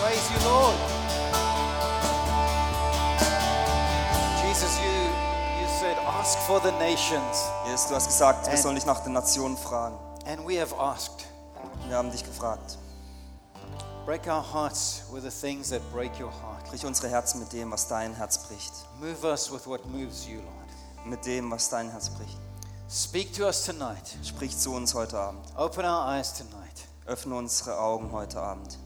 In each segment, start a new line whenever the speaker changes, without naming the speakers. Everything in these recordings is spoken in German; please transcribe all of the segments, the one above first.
Praise you, Lord. Jesus, you, you said, ask for the nations.
Jesus, du hast gesagt, wir sollen nicht nach den Nationen fragen.
And we have asked.
Wir haben dich gefragt.
Break our hearts with the things that break your heart.
Brich unsere Herzen mit dem, was dein Herz bricht.
Move us with what moves you, Lord.
Mit dem, was dein Herz bricht.
Speak to us tonight.
Sprich zu uns heute Abend.
Open our eyes tonight.
Öffne unsere Augen heute Abend.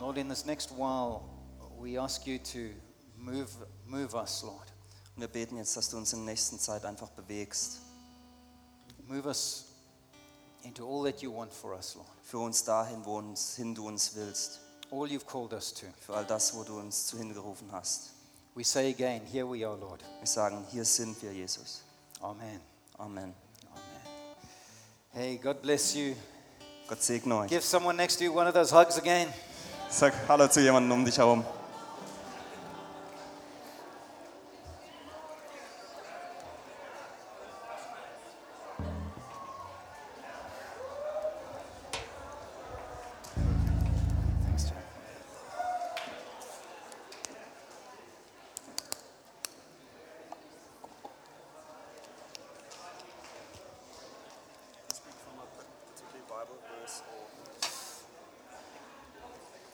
Lord, in this next while, we ask you to move, move us, Lord.
Und wir beten jetzt, dass du uns in der nächsten Zeit einfach bewegst.
Move us into all that you want for us, Lord.
Für uns dahin, wo uns, hin du uns willst.
All you've called us to.
Für all das, wo du uns zu hingerufen hast.
We say again, here we are, Lord.
Wir sagen, hier sind wir, Jesus.
Amen.
Amen.
Amen. Hey, God bless you.
Gott segne euch.
Give someone next to you one of those hugs again.
Sag Hallo zu jemandem um dich herum.
Thanks, Jack.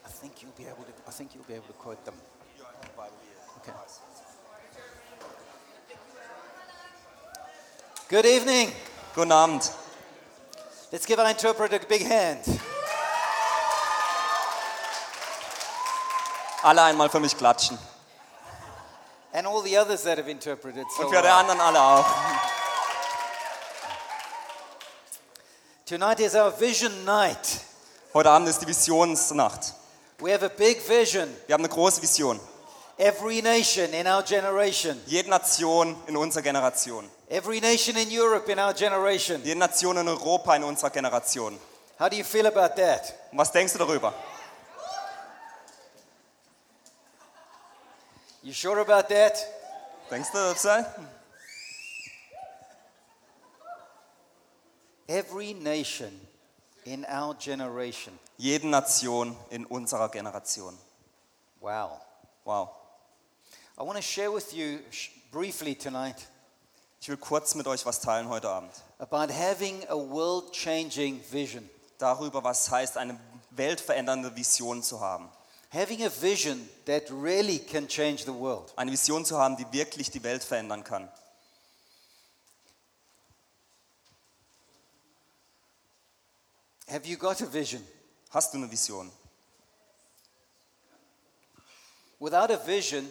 I think you'll be able to. I think you'll be able to quote them. Okay. Good evening.
Guten Abend.
Let's give our interpreter a big hand.
Alle einmal für mich klatschen.
And all the others that have interpreted. So
Und für die
well.
anderen alle auch.
Tonight is our vision night.
Heute Abend ist die Visionsnacht.
We have a big vision.
Wir haben eine große Vision.
Every nation in our generation,
Jede Nation in unserer Generation.
every nation in Europe in our generation.
Jede Nation in Europa in unserer Generation.
How do you feel about that?
Und was denkst du darüber?
You sure about that?
Denkst du, das sei?
Every nation in our generation.
Jede Nation in unserer Generation.
Wow.
Wow.
I want to share with you sh- briefly tonight
Ich will kurz mit euch was teilen heute Abend.
about having a world changing vision.
Darüber, was heißt, eine weltverändernde Vision zu haben.
Having a vision that really can change the world.
Eine Vision zu haben, die wirklich die Welt verändern kann.
Have you got a vision?
Hast du eine Vision?
Without a vision,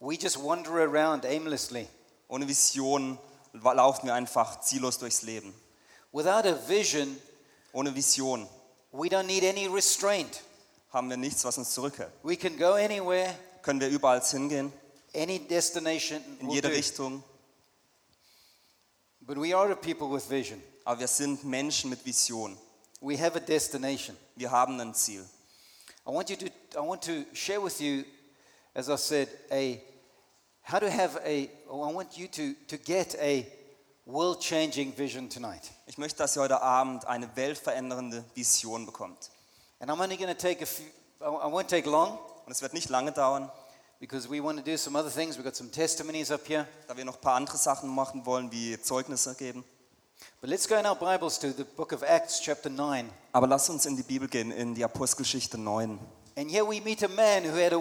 we just wander around aimlessly.
Ohne Vision laufen wir einfach ziellos durchs Leben.
Without a vision,
Ohne Vision
we don't need any restraint.
haben wir nichts, was uns zurückhält.
We can go anywhere,
Können wir überall hingehen,
any destination,
in
will
jede
do.
Richtung.
But we are a people with vision.
Aber wir sind Menschen mit Vision.
We have a destination.
Wir haben ein Ziel.
I want you to I want to share with you, as I said, a how to have a oh, I want you to to get a world-changing vision tonight.
Ich möchte, dass ihr heute Abend eine weltverändernde Vision bekommt.
And I'm only going to take a few I I won't take long
Und es wird nicht lange dauern,
because we want to do some other things. We've got some testimonies up here.
da wir noch ein paar andere Sachen machen wollen, wie Zeugnisse geben.
But let's go in our Bibles to the book of Acts chapter 9.
Aber lasst uns in die Bibel gehen, in die Apostelgeschichte 9.
And here we meet a man who had a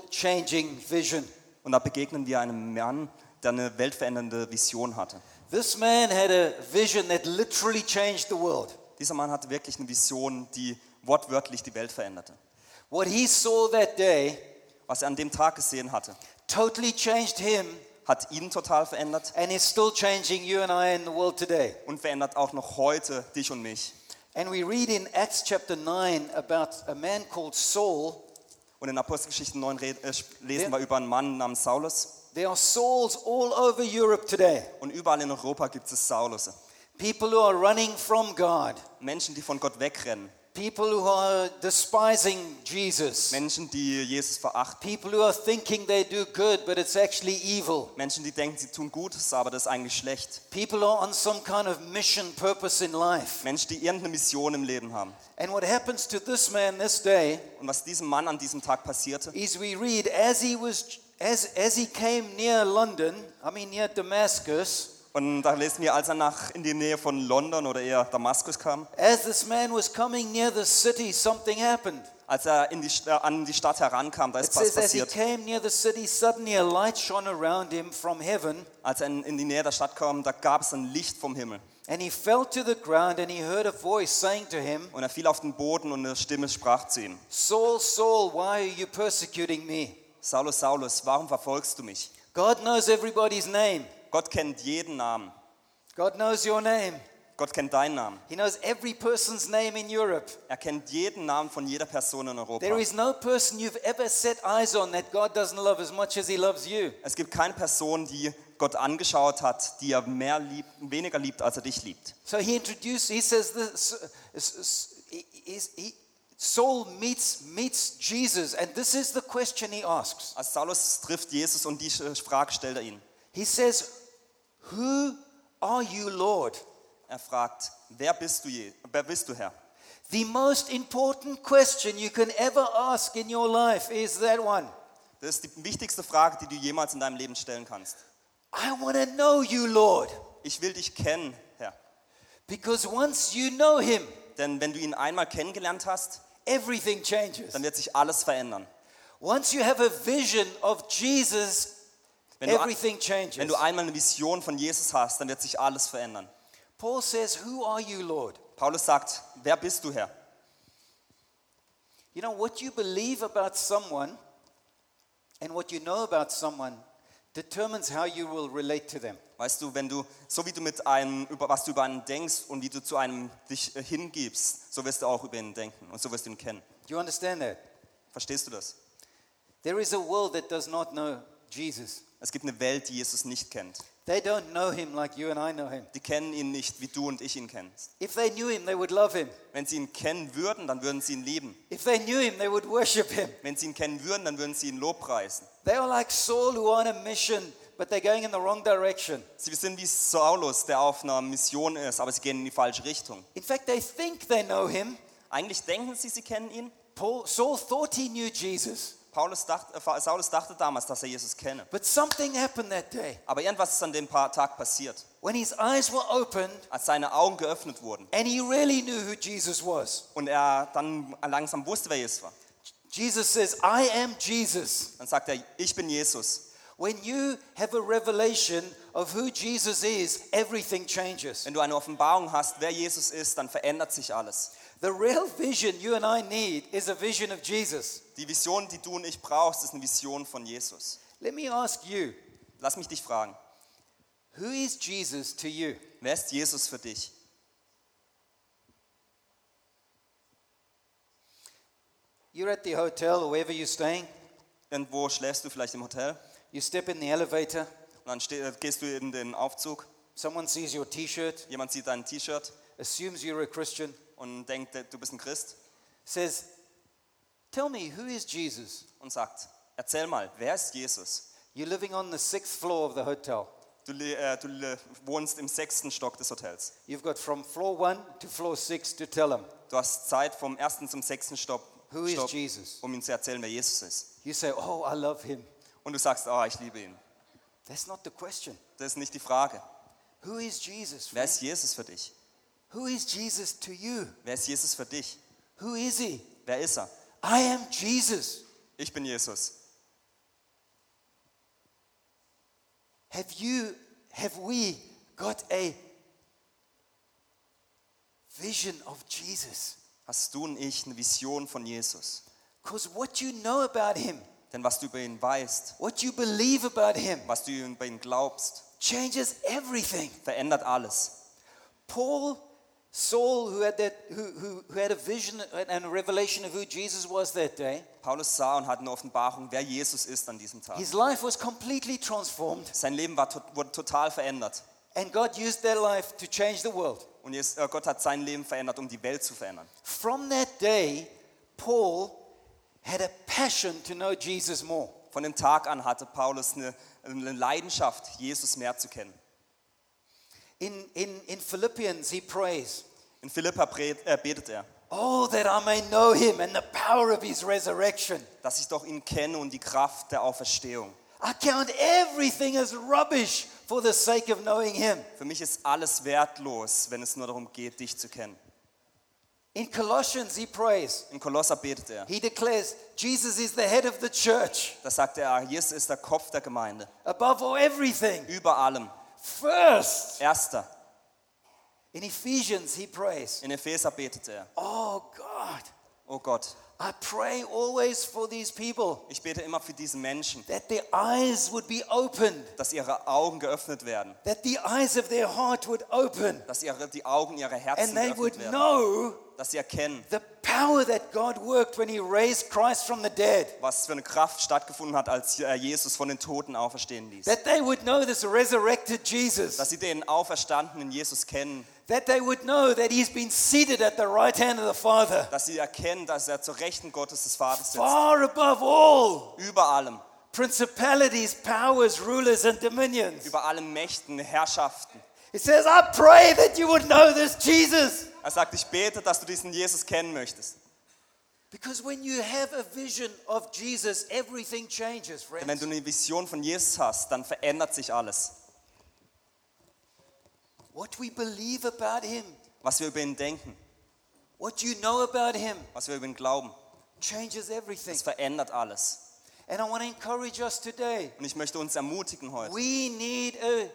world-changing vision.
Und da begegnen wir einem Mann, der eine weltverändernde Vision hatte.
This man had a vision that literally changed the world.
Dieser Mann hatte wirklich eine Vision, die wortwörtlich die Welt veränderte.
What he saw that day
Was er an dem Tag gesehen hatte,
totally changed him
hat ihn total verändert
and is still changing you and I and the world today.
und verändert auch noch heute dich und mich.
And we read in Acts chapter 9 about a man called Saul.
Und in Apostelgeschichten 9 red- äh, lesen wir über einen Mann namens Saulus.
There are Sauls all over Europe today.
Und überall in Europa gibt es Saulusse.
People who are running from God,
Menschen, die von Gott wegrennen,
People who are despising Jesus.
Menschen, die Jesus verachten.
People who are thinking they do good, but it's actually evil.
Menschen, die denken, sie tun Gutes, aber das ist eigentlich schlecht.
People who are on some kind of mission purpose in life.
Menschen, die irgendeine Mission im Leben haben.
And what happens to this man this day
Und was diesem Mann an diesem Tag passierte,
is we read as he was as as he came near London, I mean near Damascus,
und da lesen wir, als er nach in die Nähe von London oder eher Damaskus kam,
as this man was coming near the city, something happened.
als er in die, Sta- an die Stadt herankam, da
It
ist was
says as he
passiert.
came near the city, suddenly a light shone around him from heaven,
Als er in in die Nähe der Stadt kam, da gab es ein Licht vom Himmel.
and he fell to the ground and he heard a voice saying to him,
Und er fiel auf den Boden und eine Stimme sprach zu ihm:
Saul, Saul, why are you persecuting me?
Saulus, Saulus, warum verfolgst du mich?
God knows everybody's name.
Gott kennt jeden Namen.
God knows your name.
Gott kennt deinen Namen.
He knows every person's name in Europe.
Er kennt jeden Namen von jeder Person in Europa.
There is no person you've ever set eyes on that God doesn't love as much as He loves you.
Es gibt keine Person, die Gott angeschaut hat, die er mehr liebt, weniger liebt, als er dich liebt.
So He introduced. He says this. s- s- he- he's- he- Saul meets meets Jesus, and this is the question he asks.
Als Saulus trifft Jesus und die äh, Frage stellt er ihn.
He says, "Who are you, Lord?"
Er fragt, wer bist du, Je wer bist du Herr?
The most important question you can ever ask in your life is that one.
Das ist die wichtigste Frage, die du jemals in deinem Leben stellen kannst.
I want to know you, Lord,
Ich will dich kennen, Herr.
because once you know Him,
Denn wenn du ihn einmal kennengelernt hast,
everything changes.
dann wird sich alles verändern.
Once you have a vision of Jesus,
Wenn du,
everything changes.
wenn du einmal eine Vision von Jesus hast, dann wird sich alles verändern.
Paul says, Who are you, Lord?
Paulus sagt, wer bist du, Herr?
You know, what you believe about someone and what you know about someone determines how you will relate to them.
Weißt du, wenn du, so wie du mit einem, über was du über einen denkst und wie du zu einem dich äh, hingibst, so wirst du auch über ihn denken und so wirst du ihn kennen.
Do you understand that?
Verstehst du das?
There is a world that does not know Jesus.
Es gibt eine Welt, die Jesus nicht kennt.
They don't know him like you and I know him.
Die kennen ihn nicht, wie du und ich ihn kennen.
If they knew him, they would love him.
Wenn sie ihn kennen würden, dann würden sie ihn lieben.
If they knew him, they would worship him.
Wenn sie ihn kennen würden, dann würden sie ihn lobpreisen.
They are like Saul who are on a mission, but they're going in the wrong direction.
Sie sind wie Saulus, der auf einer Mission ist, aber sie gehen in die falsche Richtung.
In fact, they think they know him.
Eigentlich denken sie, sie kennen ihn.
Paul, Saul thought he knew Jesus,
Paulus dacht, äh, Saulus dachte damals, dass er Jesus kenne.
but something happened that day.
Aber irgendwas ist an dem Pa- Tag passiert,
When his eyes were opened
als seine Augen geöffnet wurden.
and he really knew who Jesus was,
und er dann langsam wusste, wer Jesus war.
Jesus says, I am Jesus.
Dann sagt er, ich bin Jesus.
When you have a revelation of who Jesus is, everything changes.
Wenn du eine Offenbarung hast, wer Jesus ist, dann verändert sich alles.
The real vision you and I need is a vision of Jesus.
Die Vision, die du und ich brauchst, ist eine Vision von Jesus.
Let me ask you,
Lass mich dich fragen,
who is Jesus to you?
wer ist Jesus für dich?
You're at the hotel or wherever you're staying,
Irgendwo schläfst du vielleicht im Hotel
you step in the elevator,
und dann ste- äh, gehst du in den Aufzug,
someone sees your t shirt,
jemand sieht dein T-Shirt
assumes you're a Christian,
und denkt, äh, du bist ein Christ
says, Tell me, who is Jesus?
und sagt, erzähl mal, wer ist Jesus?
You're living on the sixth floor of the hotel.
Du, le- äh, du le- wohnst im sechsten Stock des Hotels.
You've got from floor one to floor six to tell them
Du hast Zeit vom ersten zum sechsten Stock,
who is
Stock
Jesus.
um ihm zu erzählen, wer Jesus ist.
You say, Oh, I love him.
und du sagst, ah, ich liebe ihn.
That's not the question.
Das ist nicht die Frage.
Who is Jesus?
Wer
friend?
ist Jesus für dich?
Who is Jesus to you?
Wer ist Jesus für dich?
Who is he?
Wer ist er?
I am Jesus.
Ich bin Jesus.
Have you, have we got a vision of Jesus?
Hast du und ich eine Vision von Jesus?
Because what you know about him,
Denn was du über ihn weißt,
what you believe about him,
was du über ihn glaubst,
changes everything.
verändert alles.
Paul, Saul, who had, that, who, who, who had a vision and a revelation of who Jesus was that day,
Paulus sah und hatte eine Offenbarung, wer Jesus ist an diesem Tag.
his life was completely transformed,
Sein Leben war, to- wurde total verändert
and God used their life to change the world.
Und Jesus, äh, Gott hat sein Leben verändert, um die Welt zu verändern.
From that day, Paul had a passion to know Jesus more.
Von dem Tag an hatte Paulus eine, eine Leidenschaft, Jesus mehr zu kennen.
In, in, in Philippians, he prays,
In Philippa pret- äh, betet er,
Oh, that I may know him and the power of his resurrection.
dass ich doch ihn kenne und die Kraft der Auferstehung.
I count everything as rubbish for the sake of knowing him.
Für mich ist alles wertlos, wenn es nur darum geht, dich zu kennen.
In Colossians, he prays.
In Kolosser betet er.
He declares, Jesus is the head of the church,
Da sagt er, Jesus ist der Kopf der Gemeinde.
above all everything,
Über allem.
first.
Erster.
In Ephesians, he prays,
In Epheser betet er.
Oh God,
Oh Gott,
I pray always for these people
ich bete immer für diesen Menschen,
that their eyes would be opened,
dass ihre Augen geöffnet werden.
that the eyes of their heart would open,
Dass ihre, die Augen ihrer Herzen
and they would
geöffnet werden.
know
Dass sie erkennen,
the power that God worked when he raised Christ from the dead.
was für eine Kraft stattgefunden hat, als äh, Jesus von den Toten auferstehen ließ.
That they would know this resurrected Jesus.
Dass sie den auferstandenen Jesus kennen.
That they would know that he's been seated at the right hand of the Father,
Dass sie erkennen, dass er zur Rechten Gottes des Vaters sitzt.
far above all
Über allem.
principalities, powers, rulers, and dominions.
Über allen Mächten, Herrschaften.
It says, I pray that you would know this Jesus.
Er sagt, ich bete, dass du diesen Jesus kennen möchtest.
Because when you have a vision of Jesus, everything changes,
Denn wenn
friends.
du eine Vision von Jesus hast, dann verändert sich alles.
What we believe about him,
Was wir über ihn denken,
what you know about him,
was wir über ihn glauben,
changes everything.
das verändert alles.
And I want to encourage us today.
Und ich möchte uns ermutigen heute.
We need a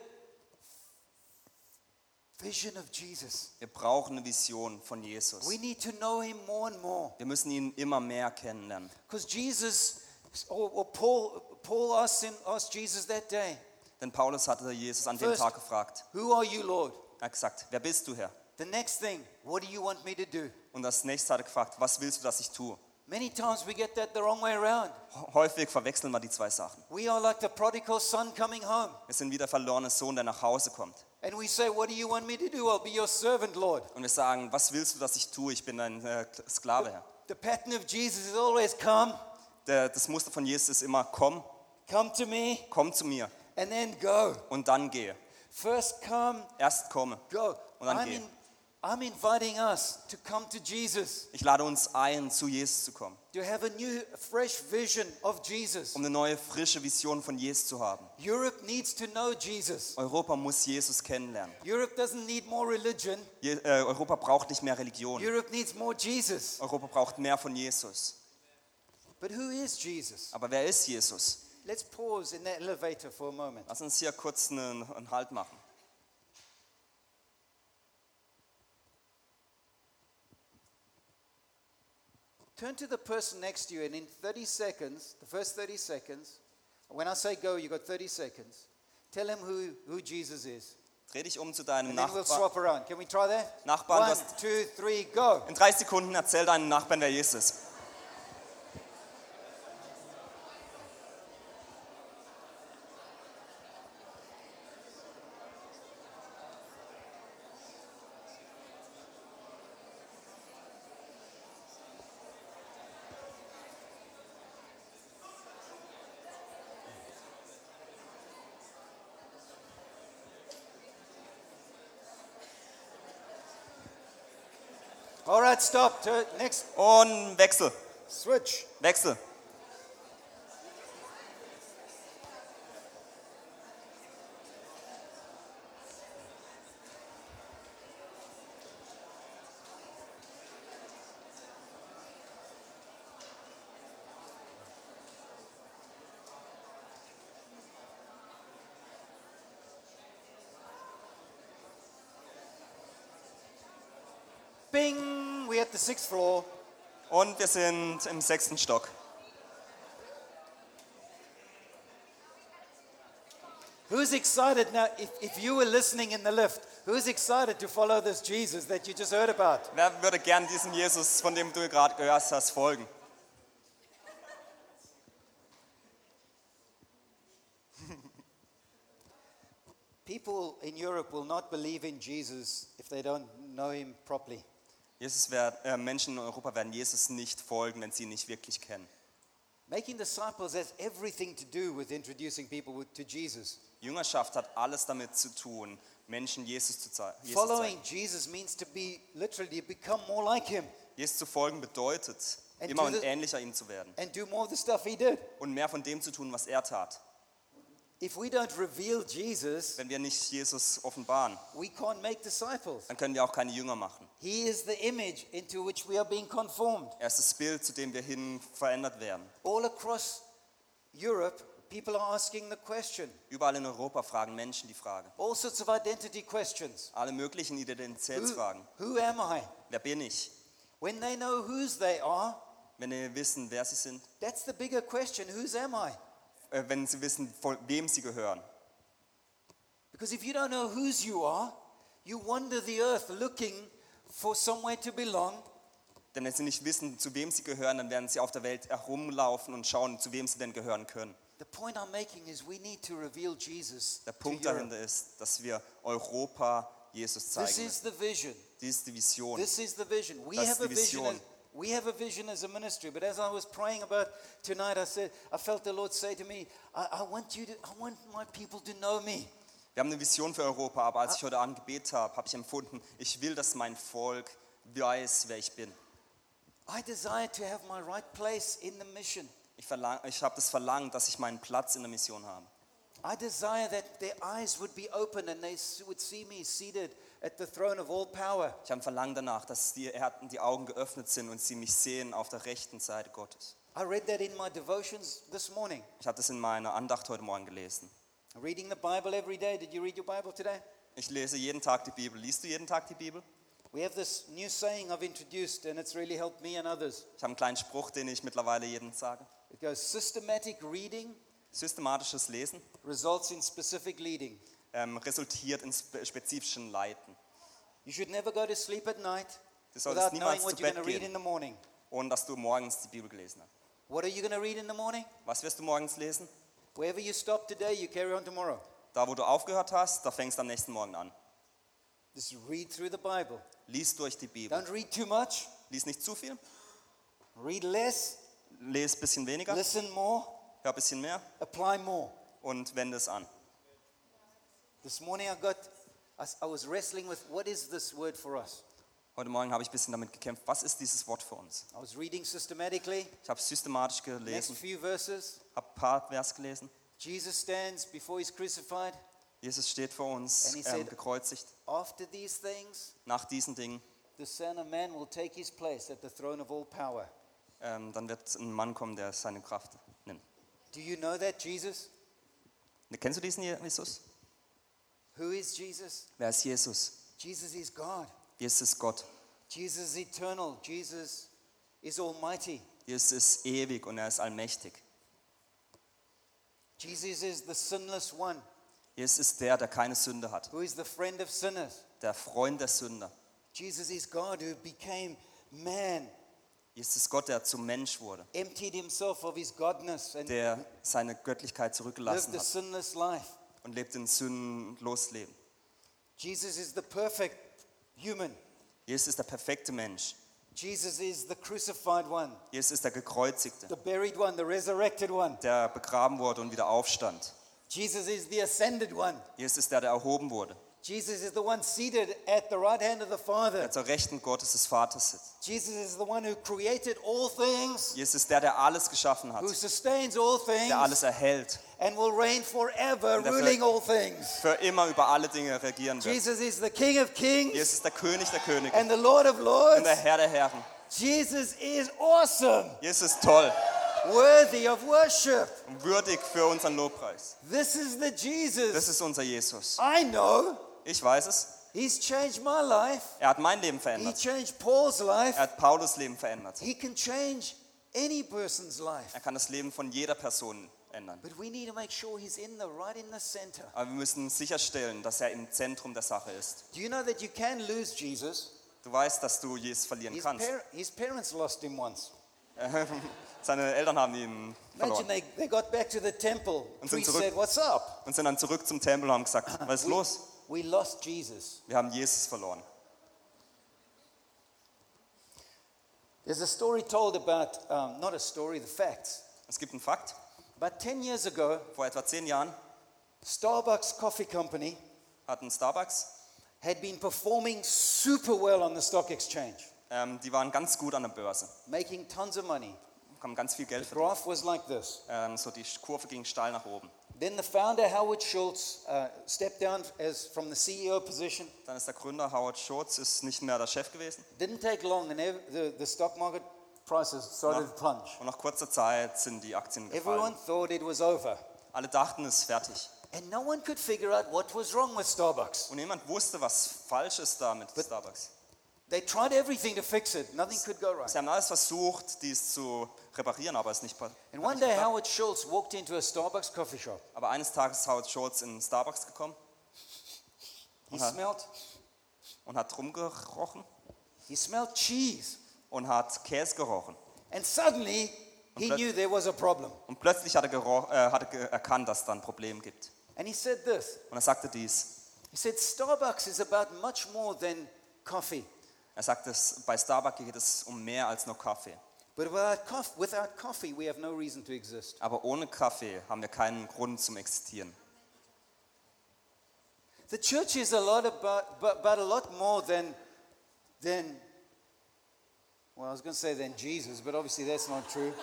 vision of Jesus.
Wir brauchen eine Vision von Jesus.
We need to know him more and more.
Wir müssen ihn immer mehr kennenlernen.
Because Jesus, or, or Paul, Paul asked, him, asked Jesus that day,
Denn Paulus hatte Jesus an dem
First-
Tag gefragt.
Who are you, Lord?
Er hat gesagt, wer bist du, Herr?
The next thing, what do you want me to do?
Und das nächste hat er gefragt, was willst du, dass ich tue?
Many times we get that the wrong way around.
Häufig verwechseln wir die zwei Sachen.
We are like the prodigal son coming home.
Wir sind wie der verlorene Sohn, der nach Hause kommt.
And we say, What do you want me to do? I'll be your servant, Lord.
Und wir sagen, was willst du, dass ich tue? Ich bin dein äh, Sklave, Herr.
The pattern of Jesus is always come,
Der, das Muster von Jesus ist immer, komm,
come to me,
komm zu mir
and then go.
und dann gehe.
First come,
Erst komme.
go.
Und dann
I'm,
geh.
in, I'm inviting us to come to Jesus,
Ich lade uns ein, zu Jesus zu kommen,
to have a new, fresh vision of Jesus.
um eine neue, frische Vision von Jesus zu haben.
Europe needs to know Jesus.
Europa muss Jesus kennenlernen.
Europe doesn't need more religion.
Je, äh, Europa braucht nicht mehr Religion.
Europe needs more Jesus.
Europa braucht mehr von Jesus.
But who is Jesus?
Aber wer ist Jesus?
Let's pause in that elevator for a moment.
Lass uns hier kurz einen, einen Halt machen.
Turn to the person next to you, and in 30 seconds, the first 30 seconds, when I say go, you got 30 seconds. Tell him who, who Jesus is.
Dreh dich um zu deinem
And then we'll
Nachbarn.
swap around. Can we try that?
Nachbarn,
One,
was-
two, three, go.
In 30 Sekunden erzähl deinen Nachbarn, wer Jesus ist.
All right, stop. Turn, next,
Und Wechsel,
switch.
Wechsel.
Bing! We're at the sixth floor.
Und wir sind im sechsten Stock.
Who's excited now? If, if you were listening in the lift, who's excited to follow this Jesus that you just heard about?
Wer würde gern diesem Jesus, von dem du gerade gehört hast, folgen?
People in Europe will not believe in Jesus if they don't know him properly.
Jesus wer- äh, Menschen in Europa werden Jesus nicht folgen, wenn sie ihn nicht wirklich kennen.
Making disciples has everything to do with introducing people with- to Jesus.
Jüngerschaft hat alles damit zu tun, Menschen Jesus zu zei- Jesus
Following
zeigen.
Jesus means to be literally become more like him
Jesus zu folgen bedeutet,
And
immer
to
und
the-
ähnlicher ihm zu werden
and do more of the stuff he did.
und mehr von dem zu tun, was er tat.
If we don't reveal Jesus,
Wenn wir nicht Jesus offenbaren,
we can't make disciples.
dann können wir auch keine Jünger machen.
He is the image into which we are being conformed.
Er ist das Bild, zu dem wir hin verändert werden.
All across Europe, people are asking the question,
Überall in Europa fragen Menschen die Frage.
all sorts of identity questions.
Alle möglichen
Who,
Identitätsfragen.
who am I?
Wer bin ich?
When they know whose they are,
Wenn wir wissen, wer sie sind,
that's the bigger question whose am I?
äh, wenn sie wissen, von wem sie gehören.
Because if you don't know whose you are, you wander the earth looking for somewhere to belong,
Denn wenn sie nicht wissen, zu wem sie gehören, dann werden sie auf der Welt herumlaufen und schauen, zu wem sie denn gehören können.
The point I'm making is we need to reveal Jesus.
Der
to
Punkt
Europe.
dahinter ist, dass wir Europa Jesus
This
zeigen
is
müssen.
the vision.
Dies ist die Vision.
This is the vision. We
Das
have
ist
a
die
vision. As,
Vision.
we have a vision as a ministry. But as I was praying about tonight, I said, I felt the Lord say to me, I, I want you to, I want my people to know me.
Wir haben eine Vision für Europa, aber als ich
Ah.
heute Abend gebetet habe, habe ich empfunden, ich will, dass mein Volk weiß, wer ich bin.
I desire to have my right place in the mission.
Ich, verlang, ich habe das Verlangen, dass ich meinen Platz in der Mission habe.
I desire that their eyes would be open and they s- would see me seated at the throne of all power.
Ich habe ein Verlangen danach, dass die, Erden, die Augen geöffnet sind und sie mich sehen auf der rechten Seite Gottes.
I read that in my devotions this morning,
Ich habe das in meiner Andacht heute Morgen gelesen.
reading the Bible every day. Did you read your Bible today?
Ich lese jeden Tag die Bibel. Liest du jeden Tag die Bibel?
We have this new saying I've introduced, and it's really helped me and others.
Ich habe einen kleinen Spruch, den ich mittlerweile jeden sage.
It goes systematic reading
Systematisches Lesen
results in specific leading.
ähm, resultiert in spe spezifischen Leiten.
You should never go to sleep at night
Du solltest
without knowing
niemals zu
what you're
Bett
going to read in
gehen,
the morning.
ohne dass du morgens die Bibel gelesen hast.
What are you going to read in the morning?
Was wirst du morgens lesen?
Wherever you stop today, you carry on tomorrow.
Da, wo du aufgehört hast, da fängst du am nächsten Morgen an.
Just read through the Bible.
Lies durch die Bibel.
Don't read too much,
Lies nicht zu viel,
read less,
lese ein bisschen weniger,
listen more,
hör ein bisschen mehr
apply more.
und wende es an.
This morning I got, I s- I was wrestling with what is this word for us?
Heute Morgen habe ich ein bisschen damit gekämpft. Was ist dieses Wort für uns?
I was reading systematically,
Ich habe es systematisch
next
gelesen,
few verses.
habe ein paar Vers gelesen.
Jesus stands before he's crucified.
Jesus steht vor uns,
And he
ähm,
said-
gekreuzigt.
After these things,
Nach diesen Dingen,
the Son of Man will take his place at the throne of all power.
ähm, dann wird ein Mann kommen, der seine Kraft nimmt.
Do you know that Jesus?
Kennst du diesen Jesus?
Who is Jesus?
Wer ist Jesus?
Jesus is God.
Jesus ist Gott.
Jesus is eternal. Jesus is almighty.
Jesus ist ewig und er ist allmächtig.
Jesus is the sinless one
Jesus ist der, der keine Sünde hat,
who is the friend of sinners.
der Freund der Sünder.
Jesus is God who became man,
Jesus ist Gott, der zum Mensch wurde,
emptied himself of his godness and
der seine Göttlichkeit
lived
zurückgelassen
a
hat
sinless life.
und lebt in sündenlos Leben.
Jesus is the perfect human.
Jesus ist der perfekte Mensch.
Jesus is the crucified one,
Jesus ist der gekreuzigte,
the buried one, the resurrected one.
der begraben wurde und wieder aufstand.
Jesus is the ascended one.
Jesus ist der, der erhoben wurde,
Jesus is the one seated at the right hand of the Father.
der zur Rechten Gottes des Vaters sitzt.
Jesus is the one who created all things,
Jesus ist der, der alles geschaffen hat,
who sustains all
der alles
things,
erhält,
and will reign forever,
Der-
ruling all things.
für immer über alle Dinge regieren wird.
Jesus is the King of kings
Jesus ist der König der Könige
and the Lord of
und der
lords.
Herr der Herren.
Jesus is awesome,
Jesus ist toll
worthy of worship.
und würdig für unseren Lobpreis.
This is the
Das
Jesus
ist unser Jesus.
I know.
Ich weiß es.
He's changed my life.
Er hat mein Leben
He
verändert.
changed Paul's life.
Er hat Paulus Leben verändert.
He can change any person's life.
Er kann das Leben von jeder Person ändern.
But we need to make sure he's in the right in the center.
Aber wir müssen sicherstellen, dass er im Zentrum der Sache ist.
Do you know that you can lose Jesus?
Du weißt, dass du Jesus verlieren
His,
kannst.
par- his parents lost him once.
Seine Eltern haben
Imagine
ihn verloren
they, they got back to the temple.
Und sind
Priest
zurück.
said, What's up?
und sind dann zurück zum Tempel und haben gesagt, was ist los?
Ah, We lost Jesus.
Wir haben Jesus verloren.
There's a story told about, um, not a story, the facts.
Es gibt einen Fakt.
About 10 years ago,
Vor etwa zehn Jahren
Starbucks Coffee Company
hat ein Starbucks,
had been performing super well on the stock exchange,
ähm, die waren ganz gut an der Börse,
making tons of money.
haben ganz viel Geld
The
verdient.
graph was like this.
Ähm, so die Kurve ging steil nach oben.
Then the founder, Howard Schultz, uh, stepped down as, from the CEO position.
Dann ist der Gründer Howard Schultz ist nicht mehr der Chef gewesen.
Didn't take long, and ev- the, the stock market prices started to plunge.
Und nach kurzer Zeit sind die Aktien
Everyone
gefallen.
thought it was over.
Alle dachten, es ist fertig.
And no one could figure out what was wrong with Starbucks.
Und niemand wusste, was falsch ist da mit
But-
Starbucks.
They tried everything to fix it, nothing could go right.
Sie haben alles versucht, dies zu reparieren, aber es ist nicht passiert.
And one day, Howard Schultz walked into a Starbucks coffee shop.
Aber eines Tages ist Howard Schultz in Starbucks gekommen
He
Aha.
smelled,
und hat rumgerochen
he smelled cheese.
und hat Käse gerochen.
And suddenly, he
plat-
knew there was a problem.
Und plötzlich hat er, gero- äh, hat er ge- erkannt, dass es da ein Problem gibt.
And he said this
Und er sagte dies.
He said, Starbucks is about much more than coffee.
Er sagte, es- bei Starbucks geht es um mehr als nur Kaffee.
But without, cof- without coffee, we have no reason to exist.
Aber ohne Kaffee haben wir keinen Grund zum Existieren.
The church is a lot about, but, but a lot more than, than, well, I was going to say than Jesus, but obviously that's not true.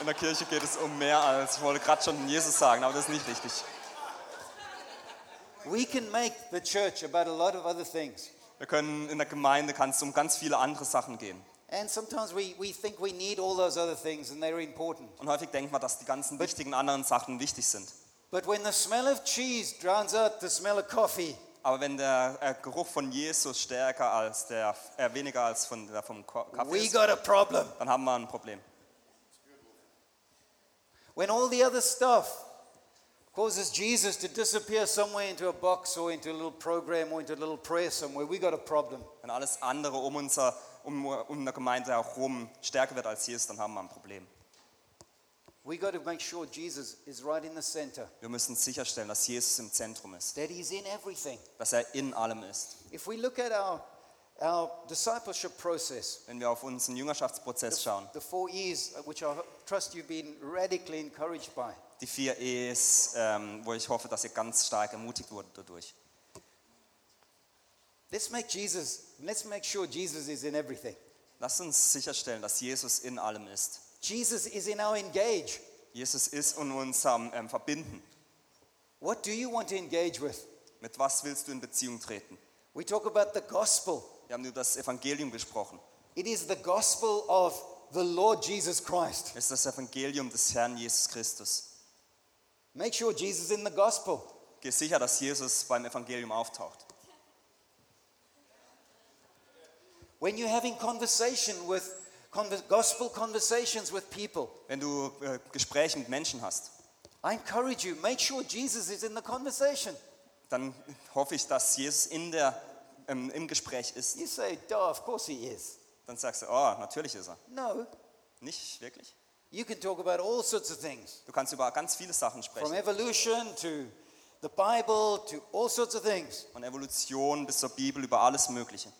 In der Kirche geht es um mehr als, ich wollte gerade schon Jesus sagen, aber das ist nicht richtig.
We can make the church about a lot of other things.
Wir können in der Gemeinde kann es um ganz viele andere Sachen gehen.
And sometimes we, we think we need all those other things and they're important.
Und häufig denkt man, dass die ganzen wichtigen anderen Sachen wichtig sind.
But when the smell of cheese drowns out the smell of coffee,
Aber wenn der äh, Geruch von Jesus stärker als der, äh, weniger als von der vom Ko- Kaffee
we
ist,
got a problem.
dann haben wir ein Problem.
When all the other stuff causes Jesus to disappear somewhere into a box or into a little program or into a little prayer somewhere, we got a problem.
Wenn alles andere um unser um, um eine Gemeinde herum stärker wird als Jesus, dann haben wir ein Problem.
We got to make sure Jesus is right in the center,
Wir müssen sicherstellen, dass Jesus im Zentrum ist,
that he's in everything.
dass er in allem ist.
If we look at our, our discipleship process,
Wenn wir auf unseren Jüngerschaftsprozess schauen,
the four E's, which I trust you've been radically encouraged by,
die vier E's, ähm, wo ich hoffe, dass ihr ganz stark ermutigt wurdet dadurch.
let's make Jesus, let's make sure Jesus is in everything.
Lasst uns sicherstellen, dass Jesus in allem ist.
Jesus is in our engage.
Jesus ist in unserem ähm, Verbinden.
What do you want to engage with?
Mit was willst du in Beziehung treten?
We talk about the gospel.
Wir haben über das Evangelium gesprochen.
It is the gospel of the Lord Jesus Christ.
Es ist das Evangelium des Herrn Jesus Christus.
Make sure Jesus is in the gospel.
Geh sicher, dass Jesus beim Evangelium auftaucht.
When you're having conversation with conver- gospel conversations with people,
Wenn du äh, Gespräche mit Menschen hast,
I encourage you, make sure Jesus is in the conversation.
dann hoffe ich, dass Jesus in der, ähm, im Gespräch ist.
You say, duh, of course he is.
Dann sagst du, oh, natürlich ist er.
No,
Nicht wirklich?
you can talk about all sorts of things
Du kannst über ganz viele Sachen
from
sprechen.
evolution to the Bible to all sorts of things.
Von Evolution bis zur Bibel, über alles Mögliche.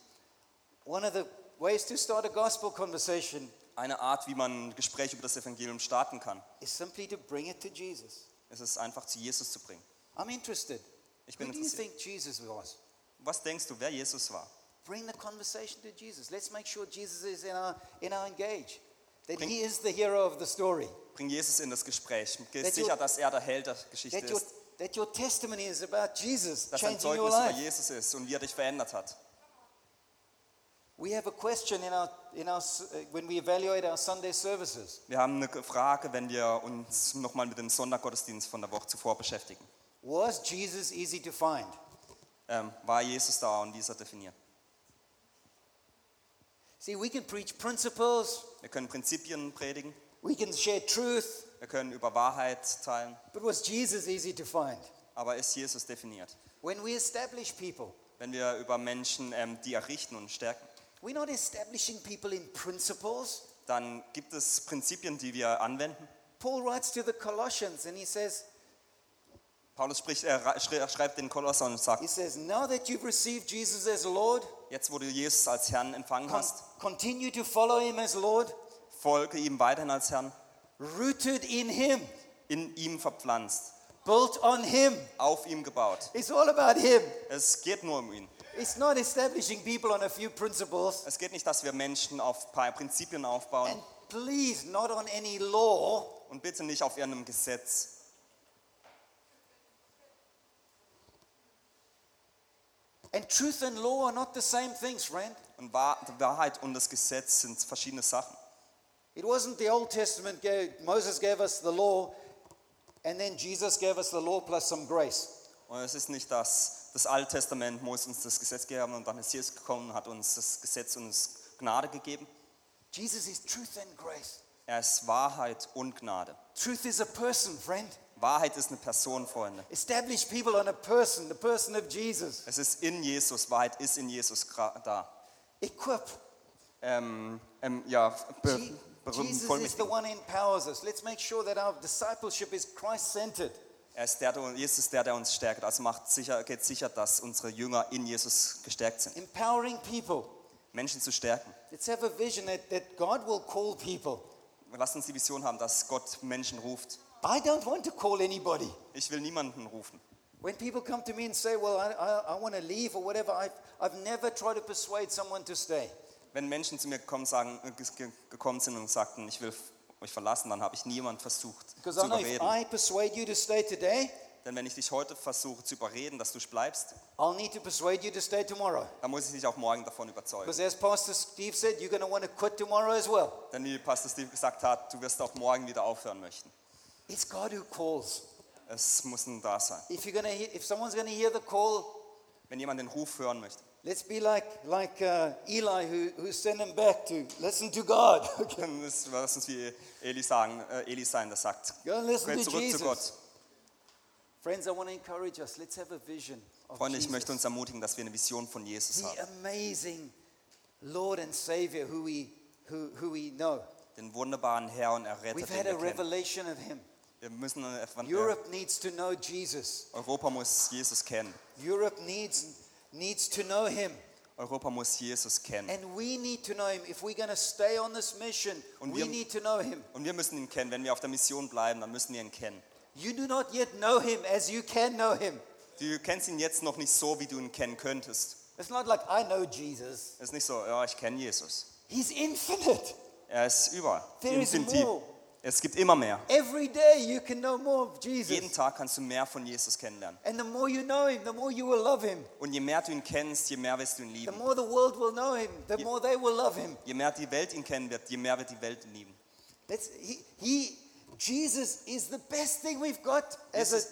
One of the ways to start a gospel conversation
Eine Art, wie man ein Gespräch über das Evangelium starten kann,
is simply to bring it to Jesus.
ist es einfach zu Jesus zu bringen.
I'm interested.
Ich bin
Who do you
interessiert.
think Jesus was?
Was denkst du, wer Jesus war?
Bring the conversation to Jesus. Let's make sure Jesus is in our, in our engage, that
Bring-
he is the hero of the story,
Bring Jesus in das Gespräch. Geh
That
sicher,
you-
dass er der Held der Geschichte
that your,
ist.
that your testimony is about Jesus
Dass dein
changing your
Zeugnis über
life.
Jesus ist und wie er dich verändert hat.
We have a question in our, in our, s- uh, when we evaluate our Sunday services.
Wir haben eine Frage, wenn wir uns nochmal mit dem Sondergottesdienst von der Woche zuvor beschäftigen.
Was Jesus easy to find?
Ähm, war Jesus da und wie ist er definiert?
See, we can preach principles,
Wir können Prinzipien predigen,
we can share truth,
wir können über Wahrheit teilen,
but was Jesus easy to find?
aber ist Jesus definiert?
When we establish people,
Wenn wir über Menschen, ähm, die errichten und stärken,
we're not establishing people in principles.
dann gibt es Prinzipien, die wir anwenden.
Paul writes to the Colossians and he says,
Paulus spricht, er ra- schre- schreibt den Kolossern und sagt,
he says, now that you've received Jesus as Lord,
jetzt wo du Jesus als Herrn empfangen
con-
hast,
continue to follow him as Lord,
folge ihm weiterhin als Herrn,
rooted in him,
in ihm verpflanzt,
built on him.
auf ihm gebaut.
It's all about him.
Es geht nur um ihn.
It's not establishing people on a few principles.
Es geht nicht, dass wir Menschen auf paar Prinzipien
And
aufbauen
please, not on any law.
und bitte nicht auf irgendeinem Gesetz.
And truth and law are not the same things, friend.
Und Wahr- die Wahrheit und das Gesetz sind verschiedene Sachen.
It wasn't the Old Testament, gave, Moses gave us the law, and then Jesus gave us the law plus some grace.
Und es ist nicht, dass das Alte Testament Moses uns das Gesetz gegeben hat und dann ist Jesus gekommen und hat uns das Gesetz und uns Gnade gegeben.
Jesus is truth and grace.
Er ist Wahrheit und Gnade.
Truth is a person, friend.
Wahrheit ist eine Person, Freunde.
Establish people on a person, the person of Jesus.
Es ist in Jesus, Wahrheit ist in Jesus gra- da.
Equip.
Ähm, ähm, ja, be,
Je-
berühmt
Jesus is the
vollmächtig.
one who empowers us. Let's make sure that our discipleship is Christ centered.
Er ist der, der- Jesus ist der, der uns stärkt. Also macht sicher, geht sicher, dass unsere Jünger in Jesus gestärkt sind.
Empowering people.
Menschen zu stärken.
Let's have a vision that, that God will call people.
Lasst uns die Vision haben, dass Gott Menschen ruft.
I don't want to call anybody.
Ich will niemanden rufen.
When people come to me and say, Well, I, I, I want to leave or whatever, I've, I've never tried to persuade someone to stay.
Wenn Menschen zu mir gekommen, sagen, äh, ge- ge- gekommen sind und sagten, ich will f- euch verlassen, dann habe ich niemand versucht zu
Because I know if
überreden.
I persuade you to stay today,
Denn wenn ich dich heute versuche zu überreden, dass du bleibst,
I'll need to persuade you to stay tomorrow.
dann muss ich dich auch morgen davon überzeugen.
Because as Pastor Steve said, you're going to want to quit tomorrow as well.
Denn wie Pastor Steve gesagt hat, du wirst auch morgen wieder aufhören möchten.
It's God who calls.
Es muss ein Da sein.
If, you're gonna hear, if someone's going to hear the call,
Wenn jemand den Ruf hören möchte,
let's be like, like uh, Eli who, who sent him back to listen to God.
dann ist, lass uns wie Eli sagen, äh, Eli sein, der sagt,
Go and listen to
geh zurück zu
Jesus.
Gott.
Friends, I want to encourage us. Let's have a vision of
Freunde, ich möchte
Jesus.
uns ermutigen, dass wir eine Vision von Jesus haben.
the amazing Lord and Savior who we, who, who we know.
Den wunderbaren Herr und Erretter,
uh, We've
den
had a
wir kennen.
revelation of Him.
Wir müssen eine Erfand- äh,
Europe needs to know Jesus.
Europa muss Jesus kennen.
Europe needs, needs to know Him.
Europa muss Jesus kennen.
And we need to know Him. If we're going to stay on this mission,
Und
we
wir-
need to know Him.
Und wir müssen ihn kennen. Wenn wir auf der Mission bleiben, dann müssen wir ihn kennen.
You do not yet know Him as you can know Him.
Du kennst ihn jetzt noch nicht so, wie du ihn kennen könntest.
It's not like I know Jesus,
Es ist nicht so, ja, ich kenne Jesus.
He's infinite.
Er ist überall.
There is
Infinity.
more.
Es gibt immer mehr.
Every day you can know more of Jesus.
Jeden Tag kannst du mehr von Jesus kennenlernen.
And the more you know Him, the more you will love Him.
Und je mehr du ihn kennst, je mehr wirst du ihn
The
lieben.
more the world will know him, the
Ye-
more they will love him.
Je mehr die Welt ihn kennen wird, je mehr wird die Welt ihn lieben.
That's, he, he, Jesus is the best thing we've got as a,
Jesus-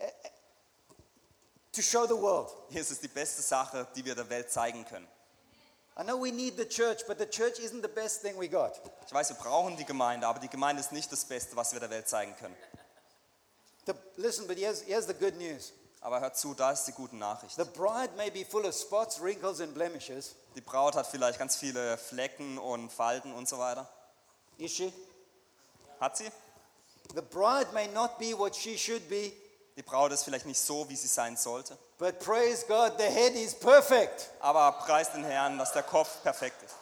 a- a- to show the world.
Jesus ist die beste Sache, die wir der Welt zeigen können.
I know we need the church, but the church isn't the best thing we got.
Ich weiß, wir brauchen die Gemeinde, aber die Gemeinde ist nicht das Beste, was wir der Welt zeigen können.
The, listen, but here's, here's the good news.
Aber hör zu, da ist die gute Nachricht.
The bride may be full of spots, wrinkles, and blemishes.
Die Braut hat vielleicht ganz viele Flecken und Falten und so weiter.
Is she?
Hat sie?
The bride may not be what she should be,
Die Braut ist vielleicht nicht so, wie sie sein sollte.
but praise God, the head is perfect.
Aber preis den Herrn, dass der Kopf perfekt ist.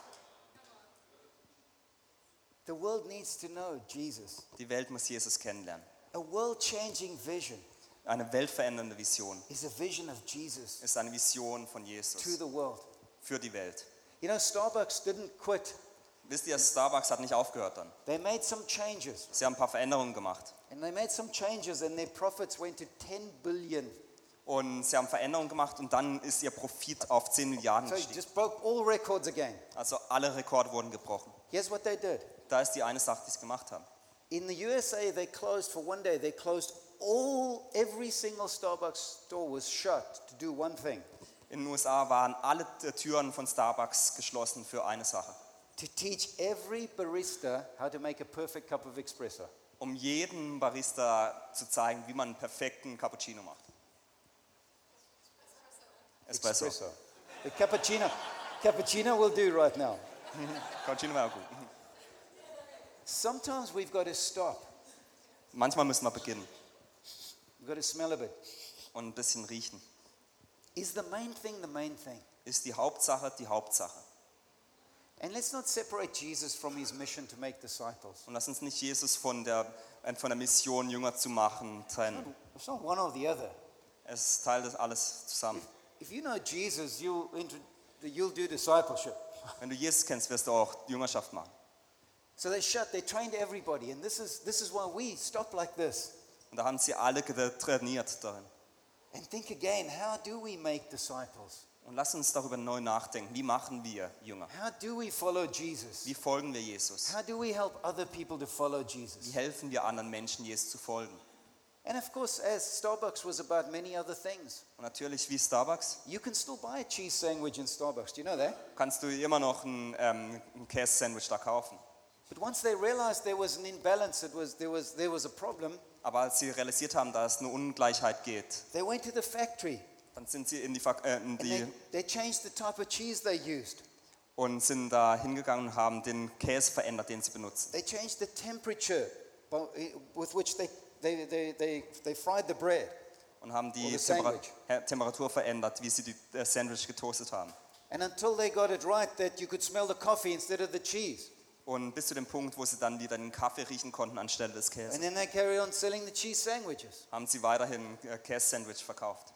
The world needs to know Jesus.
Die Welt muss Jesus kennenlernen.
A world changing vision
Eine weltverändernde Vision
is a vision of Jesus.
ist eine Vision von
to
Jesus
the world.
für die Welt.
You know, Starbucks didn't quit.
Wisst ihr, Starbucks hat nicht aufgehört dann.
They made some changes,
Sie haben ein paar Veränderungen gemacht.
and they made some changes, and their profits went to 10 billion.
Und sie haben Veränderungen gemacht und dann ist ihr Profit auf 10 Milliarden
So it
gestiegen.
just broke all records again.
Also alle Rekorde wurden gebrochen.
Here's what they did.
Da ist die eine Sache, die sie gemacht haben.
In the USA, they closed for one day. They closed all, every single Starbucks store was shut to do one thing:
In den USA waren alle Türen von Starbucks geschlossen für eine Sache.
to teach every barista how to make a perfect cup of espresso.
Um jedem Barista zu zeigen, wie man einen perfekten Cappuccino macht. Espresso.
Espresso. The cappuccino, cappuccino will do right now.
Cappuccino war gut.
Sometimes we've got to stop.
Manchmal müssen wir beginnen
We've got to smell a bit.
und ein bisschen riechen.
Is the main thing the main thing?
Ist die Hauptsache die Hauptsache.
And let's not separate Jesus from his mission to make disciples.
Und lass uns nicht Jesus von der, äh, von der Mission, Jünger zu machen, trennen.
It's not one or the other.
Es ist Teil das alles zusammen.
If you know Jesus, you'll, inter- you'll do discipleship.
Wenn du Jesus kennst, wirst du auch Jüngerschaft machen.
So they shut, they trained everybody. And this is, this is why we stop like this
Und da haben sie alle ge- trainiert darin.
and think again how do we make disciples?
Und lass uns darüber neu nachdenken. Wie machen wir Jünger?
How do we follow Jesus?
Wie folgen wir Jesus?
How do we help other people to follow
Wie
Jesus?
helfen wir anderen Menschen, Jesus zu folgen?
And of course, as Starbucks was about many other things,
Und natürlich wie Starbucks
you can still buy a cheese sandwich in Starbucks. Do you know that?
kannst du immer noch ein, ähm, ein Käse-Sandwich da kaufen.
But once they realized there was an imbalance, it was, there, was, there was a problem,
Aber als sie realisiert haben, dass es eine Ungleichheit geht,
they went to the factory
dann sind sie in die, Fak- äh, in
and they,
die
they changed the type of cheese they used.
und sind da hingegangen und haben den Käse verändert, den sie benutzen.
They changed the temperature by- with which they, they, they, they, they fried the bread.
Und haben die
Oder
Temperat-
Sandwich.
äh, Temperatur verändert, wie sie die äh, Sandwich getoastet haben.
And until they got it right, that you could smell the coffee instead of the cheese.
Und bis zu dem Punkt, wo sie dann wieder den Kaffee riechen konnten anstelle des Käses.
And then they carry on selling the cheese sandwiches.
haben sie weiterhin äh, Käse-Sandwich verkauft.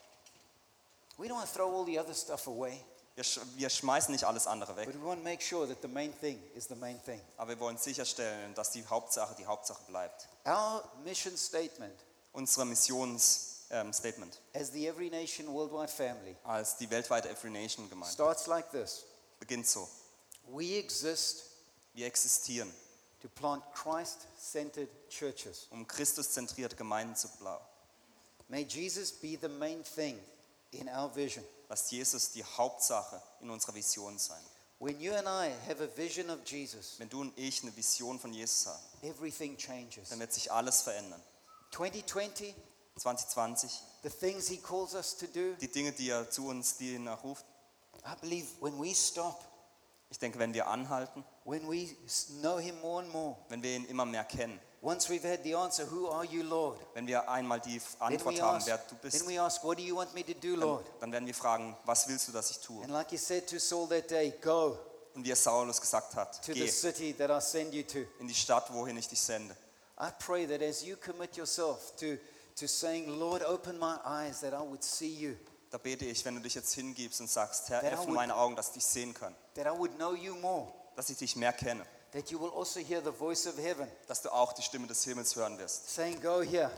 We don't want to throw all the other stuff away,
Wir, sch wir schmeißen nicht alles andere
but
weg,
we want to make sure that the main thing is the main thing.
aber wir wollen sicherstellen, dass die Hauptsache die Hauptsache bleibt.
Our mission statement
Unsere Missionsstatement ähm, Statement
as the Every Nation Worldwide family
als die weltweite Every Nation Gemeinde
starts like this
beginnt so.
We exist
Wir existieren,
to plant Christ centered churches.
um Christuszentrierte Gemeinden zu blau.
May Jesus be the main thing in our vision.
Lasst Jesus die Hauptsache in unserer Vision sein.
When you and I have a vision of Jesus,
Wenn du und ich eine Vision von Jesus haben,
everything changes.
dann wird sich alles verändern.
2020,
2020,
the things he calls us to do,
die Dinge, die er zu uns, die ihn er ruft.
I believe when we stop,
Ich denke, wenn wir anhalten,
when we s- know him more and more,
wenn wir ihn immer mehr kennen,
once we've had the answer, Who are you, Lord?
Wenn wir einmal die
Then
Antwort
we,
haben,
ask,
wer du
then
bist,
we ask, What do you want me to do,
dann,
Lord?
dann werden wir fragen, was willst du, dass ich tue?
And like he said to Saul that day, Go
Und wie es Saulus gesagt hat,
to
geh
the city that I send you to.
in die Stadt, wohin ich dich sende.
I pray that as you commit yourself to, to saying, Lord, open my eyes that I would see you,
Da bete ich, wenn du dich jetzt hingibst und sagst, Herr,
That I
öffne
would-
meine Augen, dass ich dich sehen kann,
that I would know you more,
dass ich dich mehr kenne,
that you will also hear the voice of heaven
dass du auch die Stimme des Himmels hören wirst.
saying, Go here,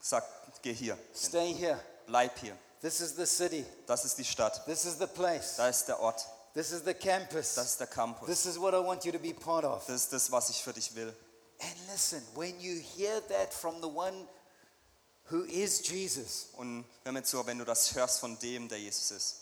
Sag, geh hier, hin.
stay here.
bleib hier.
This is the city.
Das ist die Stadt,
This is the place.
da ist der Ort,
This is the campus.
das ist der Campus,
This is what I want you to be part of.
das ist das, was ich für dich will.
And listen, when you hear that from the one who is Jesus,
Und hör mir zu, wenn du das hörst von dem, der Jesus ist,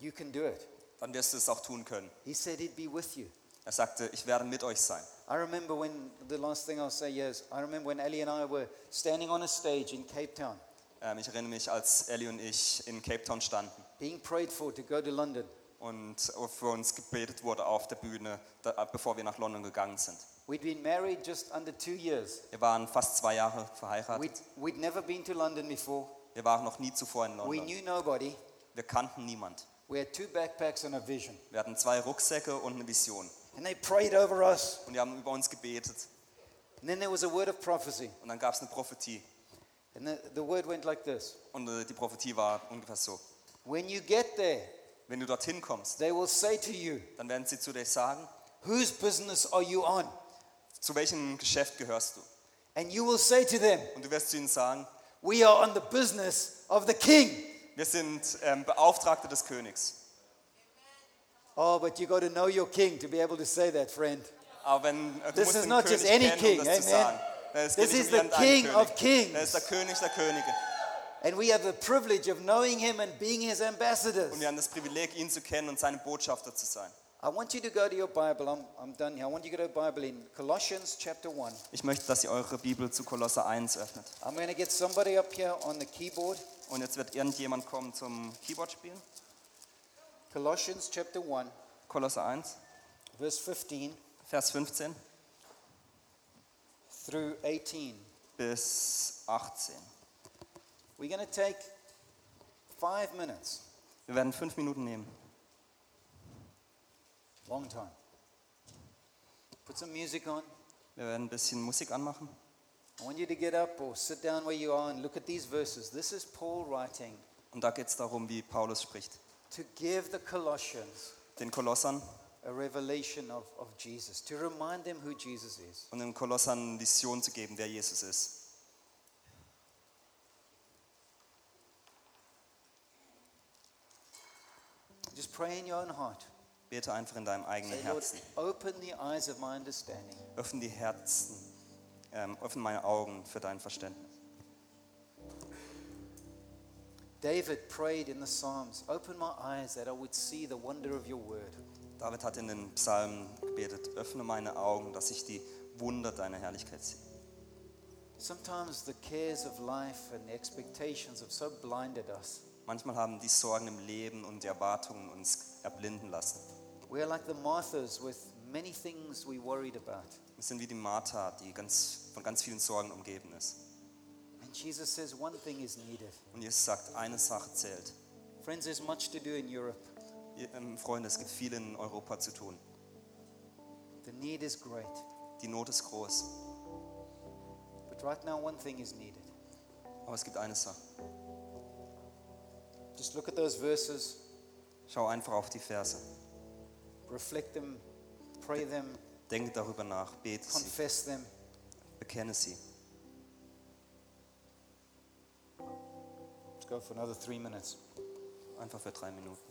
you can do it.
dann wirst du es auch tun können.
He said he'd be with you.
Er sagte, ich werde mit euch sein.
I remember when the last thing I'll say yes, I remember when Ellie and I were standing on a stage in Cape Town,
Ähm, ich erinnere mich, als Ellie und ich in Cape Town standen
being prayed for to go to London.
und für uns gebetet wurde auf der Bühne, da, bevor wir nach London gegangen sind.
We'd been married just under two years.
Wir waren fast zwei Jahre
We'd,
verheiratet.
we'd never been to London before.
Wir waren noch nie zuvor in
We
London.
knew nobody.
Wir kannten niemand.
We had two backpacks and a vision.
Wir hatten zwei Rucksäcke und eine Vision.
And they prayed over us.
Und die haben über uns gebetet.
And then there was a word of prophecy.
Und dann gab es eine Prophetie.
And the, the word went like this
Und äh, die Prophetie war ungefähr so.
When you get there,
Wenn du dorthin kommst,
they will say to you,
dann werden sie zu dir sagen,
Whose business are you on?
zu welchem Geschäft gehörst du?
And you will say to them,
Und du wirst zu ihnen sagen,
We are on the business of the king.
wir sind ähm, Beauftragte des Königs.
Oh, but you got to know your king to be able to say that, friend.
Aber wenn äh, du
This
musst
is
den
not
König
just any
kennen,
king,
um das zu
amen.
sagen. Es
This
geht nicht
is
um
the
irgendeinen
king
König.
of kings.
Er ist der König der Könige.
And we have the privilege of knowing him and being his ambassadors.
Und wir haben das Privileg, ihn zu kennen und seine Botschafter zu sein.
I want you to go to your Bible. I'm, I'm done here. I want you to go to the Bible in Colossians chapter 1.
Ich möchte, dass ihr eure Bibel zu Kolosser 1 öffnet.
I'm going to get somebody up here on the keyboard.
Und jetzt wird irgendjemand kommen zum Keyboard spielen.
Colossians chapter 1,
Kolosser 1,
verse 15.
Vers 15.
through 18.
bis 18.
We're going to take five minutes,
Wir werden fünf Minuten nehmen.
long time. Put some music on.
Wir werden ein bisschen Musik anmachen.
I want you to get up or sit down where you are and look at these verses. This is Paul writing
Und da geht es darum, wie Paulus spricht.
to give the Colossians
Den Kolossern
a revelation of, of Jesus, to remind them who Jesus is.
und den Kolossern Vision zu geben, wer Jesus ist.
Just pray in your own heart.
Bete einfach in deinem eigenen
Say, Lord,
Herzen.
open the eyes of my understanding.
Öffne die Herzen, ähm, öffne meine Augen für dein Verständnis.
David prayed in the Psalms, open my eyes that I would see the wonder of your word.
David hat in den Psalmen gebetet, öffne meine Augen, dass ich die Wunder deiner Herrlichkeit sehe.
Sometimes the cares of life and the expectations have so blinded us.
Manchmal haben die Sorgen im Leben und die Erwartungen uns erblinden lassen.
We are like the Marthas with many things we worried about.
Wir sind wie die Martha, die ganz, von ganz vielen Sorgen umgeben ist.
And Jesus says one thing is needed.
Und Jesus sagt, eine Sache zählt.
Friends, there's much to do in Europe.
Ihr, ähm, Freunde, es gibt viel in Europa zu tun.
The need is great.
Die Not ist groß,
But right now, one thing is needed.
aber es gibt eine Sache.
Just look at those verses,
Schau einfach auf die Verse.
reflect them, pray them,
Denke darüber nach, bete sie,
confess them.
bekenne sie.
Let's go for another three minutes.
Einfach für drei Minuten.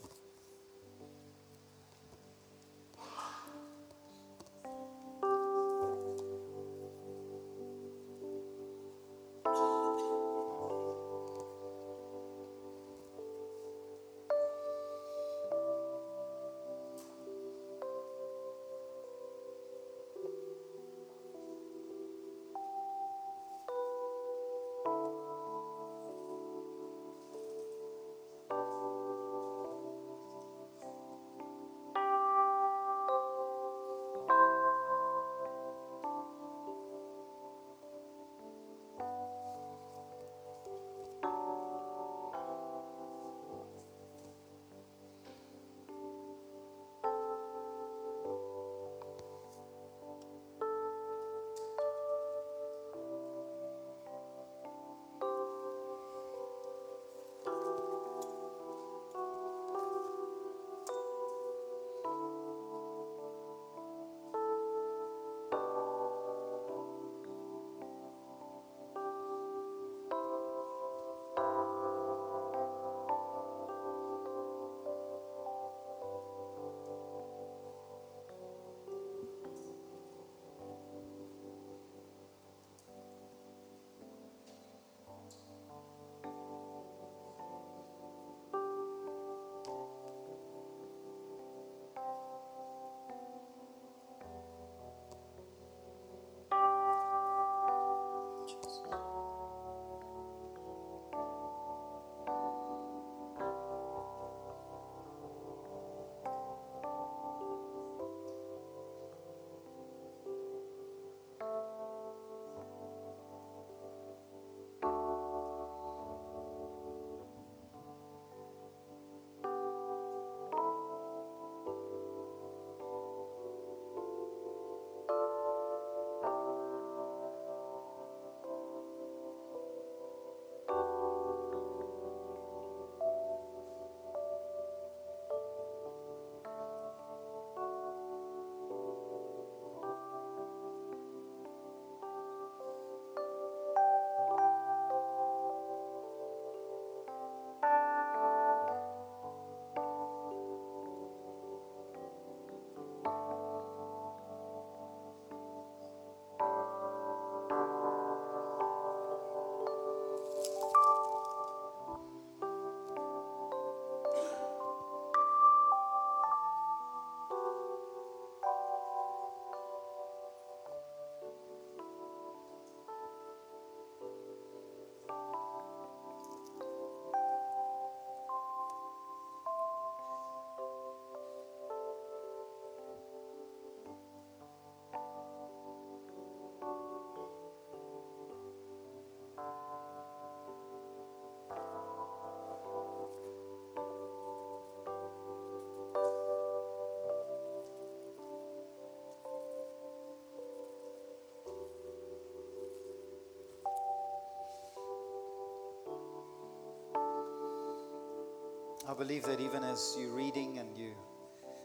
I believe that even as you're reading and you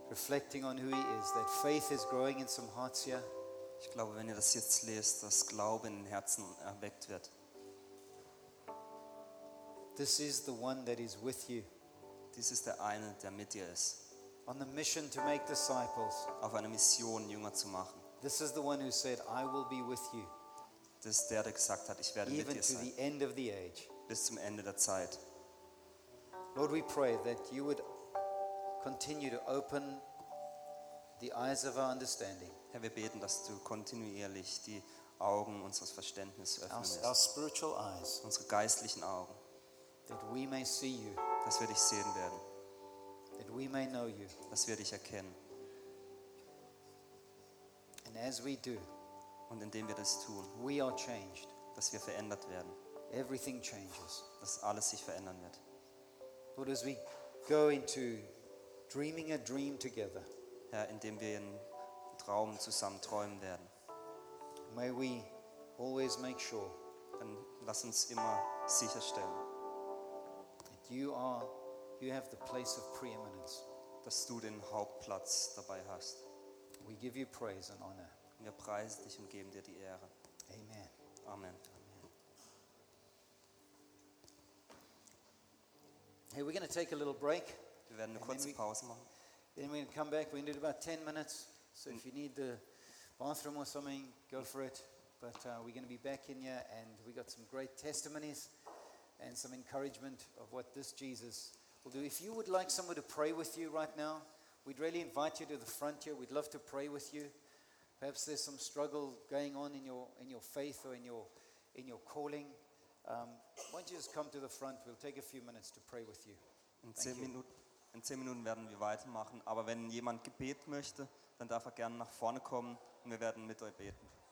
reflecting on who He is, that faith is growing in some hearts here.
Ich glaube, wenn ihr das jetzt lest, dass Glaube in den Herzen erweckt wird.
This is the one that is with you
Dies ist der eine, der mit dir ist,
on the mission to make disciples.
auf einer Mission Jünger zu machen.
This is the one who said, I will be with you,
Das ist der, der gesagt hat, ich werde mit
even
dir
to the
sein,
end of the age.
bis zum Ende der Zeit.
Lord, we pray that you would continue to open the eyes of our understanding,
Herr, wir beten, dass du kontinuierlich die Augen unseres Verständnisses
our,
öffnen
our
wirst,
spiritual eyes,
unsere geistlichen Augen,
that we may see you,
dass wir dich sehen werden,
that we may know you.
dass wir dich erkennen.
And as we do,
Und indem wir das tun,
we are changed.
dass wir verändert werden,
Everything changes.
dass alles sich verändern wird.
Lord, as we go into dreaming a dream together,
Herr, indem wir in Traum zusammen träumen werden,
may we always make sure
dann lass uns immer sicherstellen,
that you are, you have the place of preeminence.
dass du den Hauptplatz dabei hast.
We give you praise and honor.
Wir preisen dich und geben dir die Ehre.
Amen.
Amen.
Hey, we're going to take a little break.
Wir werden eine
Amen.
kurze Pause machen.
Then we're going to come back. We're going to do about 10 minutes. So if you need the bathroom or something, go for it. But uh, we're going to be back in here, and we got some great testimonies and some encouragement of what this Jesus will do. If you would like someone to pray with you right now, we'd really invite you to the front here. We'd love to pray with you. Perhaps there's some struggle going on in your, in your faith or in your, in your calling. Um, why don't you just come to the front? We'll take a few minutes to pray with you.
In
Thank
zehn,
you.
Minuten, in zehn Minuten werden wir weitermachen, aber wenn jemand Gebet möchte, dann darf er gerne nach vorne kommen und wir werden mit euch beten.